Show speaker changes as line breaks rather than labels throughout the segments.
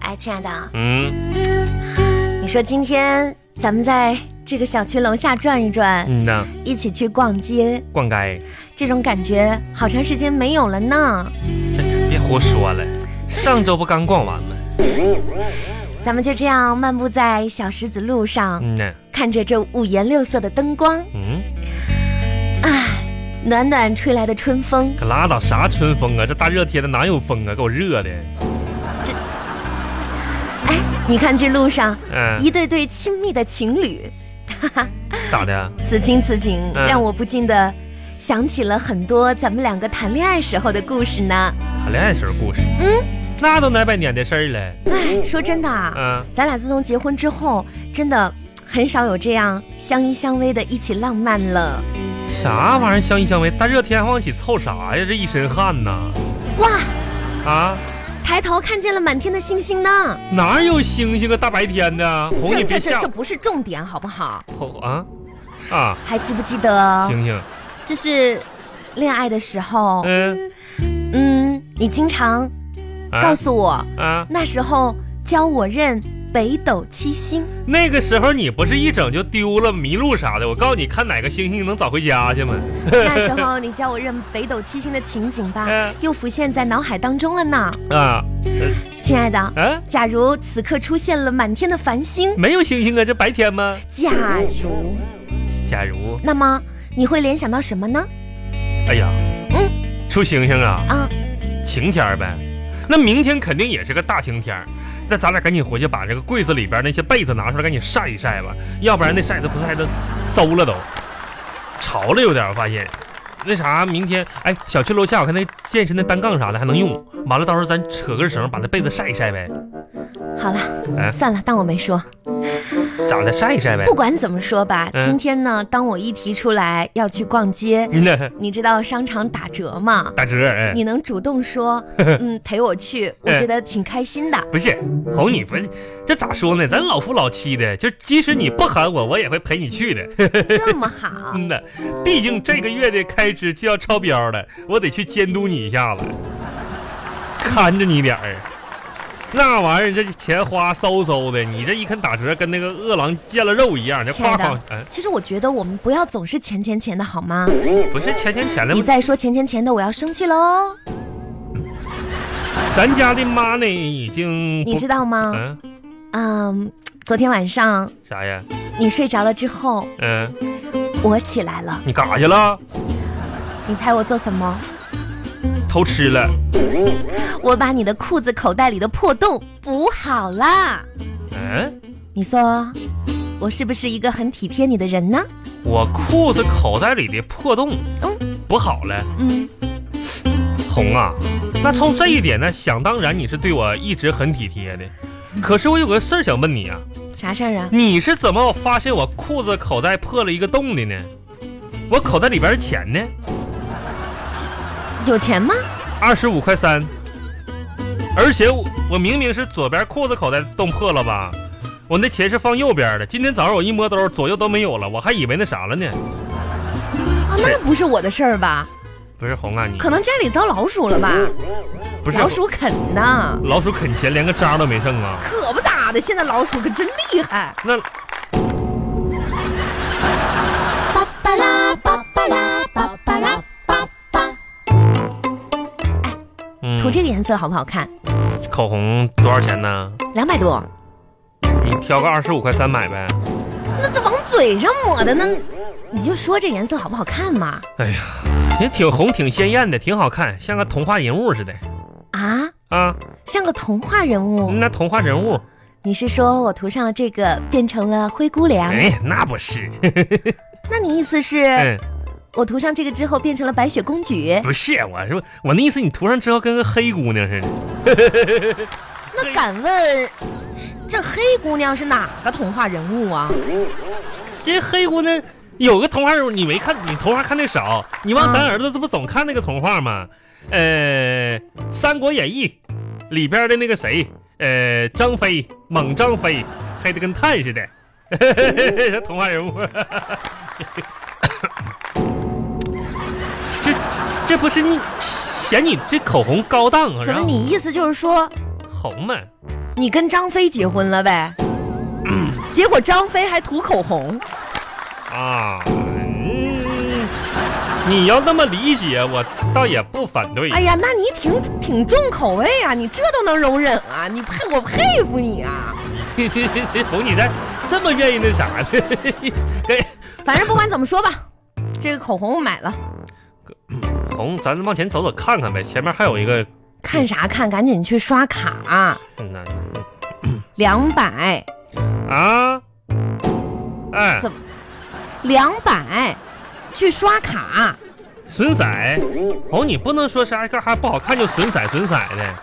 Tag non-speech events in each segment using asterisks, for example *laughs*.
哎亲爱的，
嗯
你说今天咱们在这个小区楼下转一转，
嗯呐，
一起去逛街，
逛街，
这种感觉好长时间没有了呢。
这别胡说了，上周不刚逛完吗？
咱们就这样漫步在小石子路上，
嗯呐，
看着这五颜六色的灯光，
嗯，
暖暖吹来的春风，
可拉倒，啥春风啊？这大热天的哪有风啊？给我热的，
哎，你看这路上
嗯、
一对对亲密的情侣，
咋的？
此情此景
嗯
让我不禁的想起了很多咱们两个谈恋爱时候的故事呢。
谈恋爱时候故事，嗯，那都哪百年的事儿了，
哎，说真的啊，
嗯、
咱俩自从结婚之后，真的很少有这样相依相偎的一起浪漫了。
啥玩意儿相依相偎？大热天还往一起凑啥呀？这一身汗呐，
哇，
啊，
抬头看见了满天的星星呢。
哪有星星啊？大白天的，哄
这
你别
这这
吓
这，不是重点，好不好？
哄啊啊，
还记不记得，
星星，
就是恋爱的时候，
嗯，
嗯，你经常告
啊
诉我
啊，
那时候教我认北斗七
*laughs*
星。
那个时候你不是一整就丢了、迷路啥的？我告诉你，看哪个星星能找回家去吗？
那时候你教我认北斗七星的情景吧
嗯，
又浮现在脑海当中了呢。
啊
亲爱的，
啊，
假如此刻出现了满天的繁星，
没有星星啊，这白天吗？
假如，
假如，
那么你会联想到什么呢？
哎呀，
嗯，
出星星啊，
啊，
晴天儿呗。那明天肯定也是个大晴天儿，那咱俩赶紧回去把这个柜子里边那些被子拿出来，赶紧晒一晒吧，要不然那晒的不晒的馊了都，潮了有点儿，我发现。那啥，明天哎，小区楼下我看那健身的单杠啥的还能用，完了到时候咱扯根绳把那被子晒一晒呗，
好
哎
了，算了，当我没说。
咋的晒一 *laughs* 晒呗
不？管怎么说吧，
嗯
今天呢，当我一提出来要去逛街，
嗯呢，
你知道商场打折吗？
打折哎，
你能主动
*laughs*
说，嗯，陪我去，我
嗯
觉得挺开心
*laughs*
的。
不是哄你不是，这咋说呢？咱老夫老妻的，就即使你不喊我，我也会陪你去的。 *laughs*
这么好，
嗯呐，毕竟这个月的开支就要超标了，我得去监督你一下子，看着你点儿。那玩意儿，这钱花嗖嗖的，你这一看打折，跟那个饿狼见了肉一样，这
亲爱
夸
的
夸。嗯、
其实我觉得我们不要总是钱钱钱的好吗？
不是钱钱钱的
你
吗？
再说钱钱钱的，我要生气喽，
嗯咱家的妈呢，已经
你
不
知道吗？
嗯、
嗯，昨天晚上
啥呀？
你睡着了之后，
嗯、
我起来了，
你干啥去了？
你猜我做什么？
偷吃了？
我把你的裤子口袋里的破洞补好啦。
嗯、
你说我是不是一个很体贴你的人呢？
我裤子口袋里的破洞，
嗯
补好了。
嗯，
红啊，那从这一点呢，想当然你是对我一直很体贴的。可是我有个事儿想问你啊，
啥事儿啊？
你是怎么发现我裤子口袋破了一个洞的呢？我口袋里边的钱呢？
有钱吗？
二十五块三。而且我我明明是左边裤子口袋洞破了吧，我那钱是放右边的。今天早上我一摸兜，左右都没有了，我还以为那啥了呢。
啊，那不是我的事儿吧？
不是红啊，你
可能家里遭老鼠了吧？
不是
老鼠啃的，
老鼠啃钱，连个渣都没剩啊。
可不咋的。现在老鼠可真厉害。
那
巴巴拉巴巴拉巴巴拉巴巴。
嗯，
涂这个颜色好不好看？
口红多少钱呢？
两百多，
你挑个二十五块三买呗。
那这往嘴上抹的，那你就说这颜色好不好看嘛？
哎呀，也挺红，挺鲜艳的，挺好看，像个童话人物似的
啊，
啊。
像个童话人物。
那童话人物，
你是说我涂上了这个变成了灰姑娘？
哎，那不是， *laughs*
那你意思是
嗯，
我涂上这个之后变成了白雪公举？
不是，我说我那意思，你涂上之后跟个黑姑娘似的。
那敢问，是这黑姑娘是哪个童话人物啊？
这黑姑娘有个童话人物，你没看，你童话看的少，你
嗯
忘咱儿子这不总看那个童话吗？呃，《三国演义》里边的那个谁，呃，张飞，猛张飞，黑的跟炭似的，
哦
*laughs* 童
*coughs*
话人物。这这这不是你嫌你这口红高档啊？
怎么
然后
你意思就是说
红嘛？啊
你跟张飞结婚了呗？结果张飞还涂口红，
啊，嗯，你要那么理解，我倒也不反对。
哎呀，那你挺挺重口味啊，你这都能容忍啊？你佩我佩服你啊！
*laughs* 哄你这这么愿意那啥呢？给
反正不管怎么说吧，这个口红我买了，
红，咱往前走走看看呗，前面还有一个，
看啥看？赶紧去刷卡，啊
嗯呐
两百，
啊，哎，
怎两百，去刷卡。
损色，红你不能说啥干啥不好看就损色损色的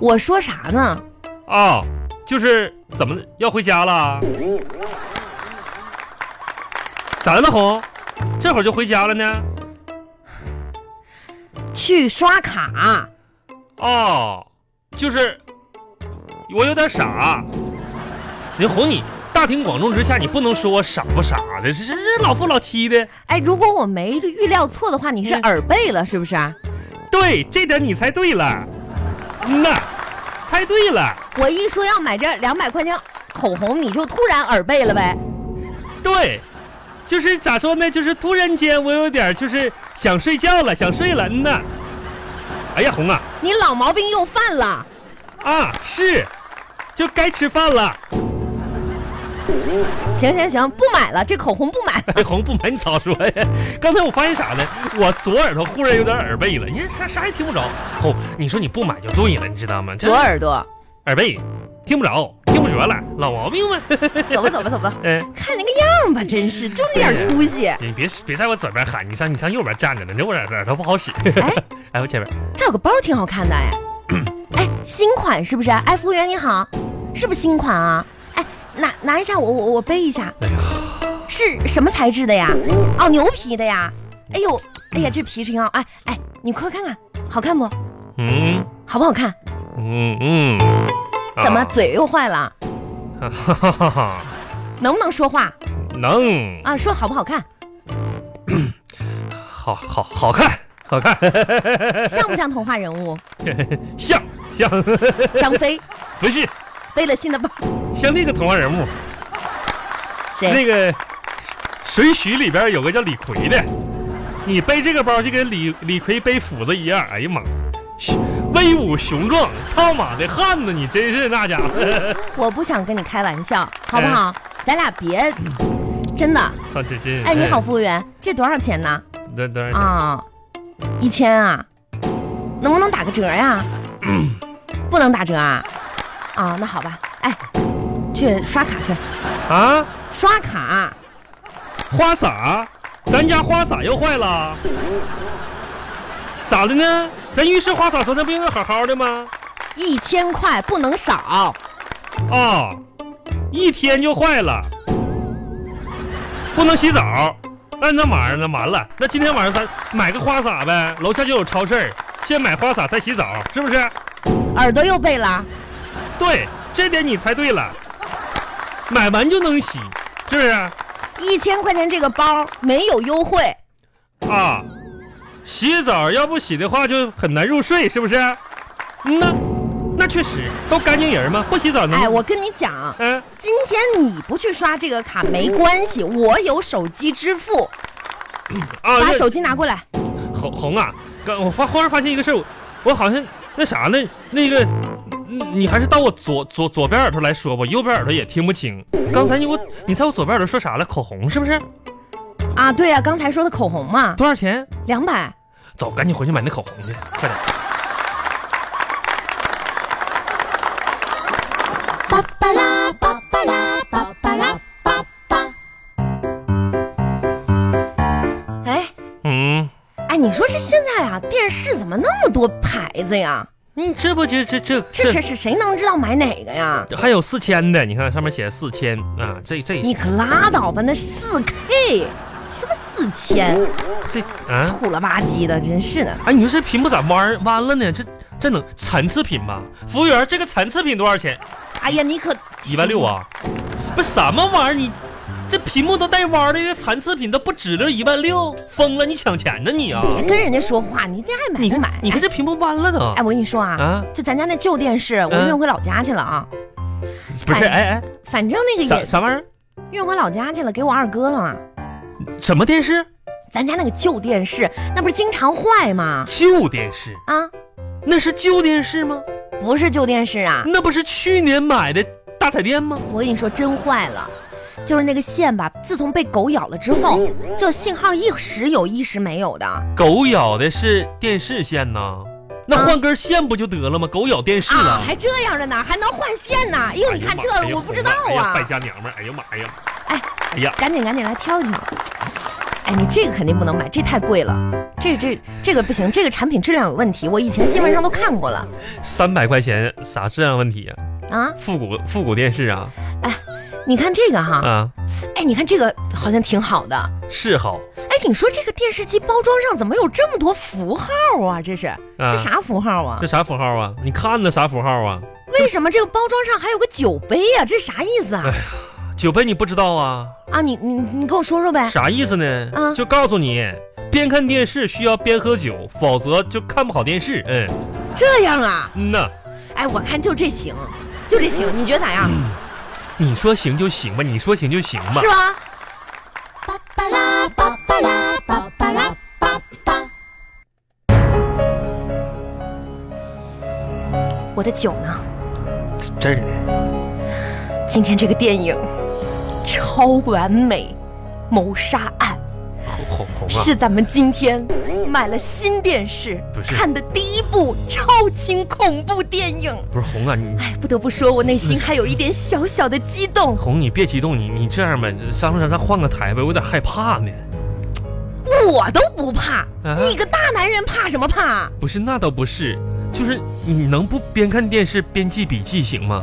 我说啥呢？
啊、就是怎么要回家了？咋的了红？这会儿就回家了呢？
去刷卡，
哦，就是我有点傻。啊你哄你大庭广众之下，你不能说我傻不傻的，这这这老夫老妻的。
哎，如果我没预料错的话，你是
嗯
耳背了是不是？
对，这点你猜对了。嗯呐，猜对了。
我一说要买这两百块钱口红，你就突然耳背了呗？
对，就是咋说呢？就是突然间我有点就是想睡觉了，想睡了。嗯呐，哎呀，红啊
你老毛病又犯了。
啊是，就该吃饭了。
行行行，不买了，这口红不
*laughs*
买了。
哎，红不瞒你早说呀，刚才我发现啥呢？我左耳朵忽然有点耳背了，你啥啥也听不着。红，你说你不买就对了，你知道吗？这
左耳朵，
耳背，听不着，听不着了，老毛病嘛。
走吧走吧走吧，
嗯，
看那个样吧，真是就那点出息。
你别别在我左边喊，你上你上右边站着呢，这我耳耳朵不好使。 *laughs*
哎，
哎，我前边，
这有个包挺好看的哎，哎，新款是不是？哎，服务员你好，是不是新款啊？哎，拿拿一下我我我背一下，
哎呀，
是什么材质的呀？哦，牛皮的呀。哎呦，哎呀，这皮挺好。哎哎，你快看看，好看不？
嗯
好不好看？
嗯嗯，啊
怎么？嘴又坏了？
哈哈哈哈，
能不能说话
能，
啊？说好不好
*laughs*
看？啊
好好好看，好看， *laughs*
像不像童话人物
像像， *laughs*
张飞
不是
背了新的包？
*laughs* 像那个童话人物。
谁？
那个《水浒》里边有个叫李逵的，你背这个包就跟李李逵背斧子一样。哎呀妈，嘘威武雄壮，他妈的汉子，你真是那家伙， *laughs*
我不想跟你开玩笑，好不好？
哎
咱俩别，真的。
啊这真是。
哎，你好，，服务员，这多少钱呢？
当当然是
啊，一千啊，能不能打个折呀、
嗯
不能打折啊？啊，那好吧，哎，去刷卡去，
啊，
刷卡，
花洒，咱家花洒又坏了，咋的呢？咱浴室花洒昨天不应该好好的吗？
一千块不能少，
啊、一天就坏了，不能洗澡，那那玩意儿那完了。那今天晚上咱买个花洒呗，楼下就有超市，先买花洒再洗澡，是不是？
耳朵又背了，
对，这点你猜对了，买完就能洗，是啊不是？
一千块钱这个包没有优惠，
啊，洗澡要不洗的话就很难入睡，是不是？嗯呐，那确实都干净人嘛，不洗澡能
哎，我跟你讲，
嗯、
今天你不去刷这个卡没关系，我有手机支付，
啊，
把
那
手机拿过来，
红红啊，刚我发忽然发现一个事儿，我我好像那啥呢，那个，嗯你还是当我左左左边耳朵来说吧，右边耳朵也听不清。刚才你我你猜我左边耳朵说啥了？口红是不是？
啊，对呀、刚才说的口红嘛，
多少钱？
两百，
走，赶紧回去买那口红去，快点。
パッパラーパッパラーパッパラーパッパ
哎。
嗯，
哎，你说这现在啊，电视怎么那么多牌子呀？
你嗯这不就这这
这谁谁谁能知道买哪个呀？
还有四千的，你看上面写四千啊，这这
你可拉倒吧，那四 K，什么四千，
这啊，
土了吧唧的，真是的。
哎，你说这屏幕咋弯弯了呢？这这能残次品吧？服务员，这个残次品多少钱？
哎呀，你可
啊一万六！啊？不什么玩意儿？你这屏幕都带弯儿的，这残次品都不止了一万六，疯了！你抢钱呢你啊？
别跟人家说话，你这爱买
你
不
看
买？
你看
哎
这屏幕弯了都
哎，我跟你说啊，
啊！
就咱家那旧电视，我
嗯
运回老家去了啊。
不是，
哎
哎
反正那
哎，
个
啥
也
啥玩意儿？
运回老家去了，给我二哥了嘛。
什么电视？
咱家那个旧电视，那不是经常坏吗？
旧电视？
啊，
那是旧电视吗？
不是旧电视啊，
那不是去年买的大彩电吗？
我跟你说真坏了，就是那个线吧，自从被狗咬了之后，就信号一时有，一时没有的。
狗咬的是电视线呐，那换根线不就得了吗？狗咬电视
啊
了，。
还这样着呢，还能换线呢？哎呦，
哎
你
呀
看
妈
这
哎呀
我不知
红
道
了哎呀
啊
败，家娘们儿，哎呀妈呀！
哎
哎呀，
赶紧赶紧来挑一挑。哎，你这个肯定不能买，这太贵了，这这这个不行，这个产品质量有问题，我以前新闻上都看过了
三百块钱啥质量问题呀、
啊。
复古复古电视啊
你看这个哈，
啊，
哎，你看这个好像挺好的，
是好
哎，你说这个电视机包装上怎么有这么多符号啊？这是
啊
这。啥符号啊
这？啥符号啊？你看那啥符号啊？
为什么这个包装上还有个酒杯啊？这啥意
*laughs*
思啊？
酒杯你不知道啊？
啊，你你你跟我说说呗。
啥意思呢？
啊
就告诉你，边看电视需要边喝酒，否则就看不好电视。嗯
这样啊？
嗯呐，
哎，我看就这行，就这行，你觉得咋样？
嗯你说行就行吧，你说行就行吧
是。吧？
巴拉巴巴拉巴巴拉巴巴。
我的酒呢？
这儿呢，
今天这个电影超完美，谋杀案
红红红啊！
是咱们今天买了新电视
不是
看的第一部超轻恐怖电影。
不是红啊，你
哎，不得不说，我内心还有一点小小的激动。
红你别激动，你你这样吧，这商量咱换个台呗，我有点害怕呢。
我都不怕，
啊
你个大男人怕什么怕？
不是，那倒不是，就是你能不边看电视边记笔记行吗？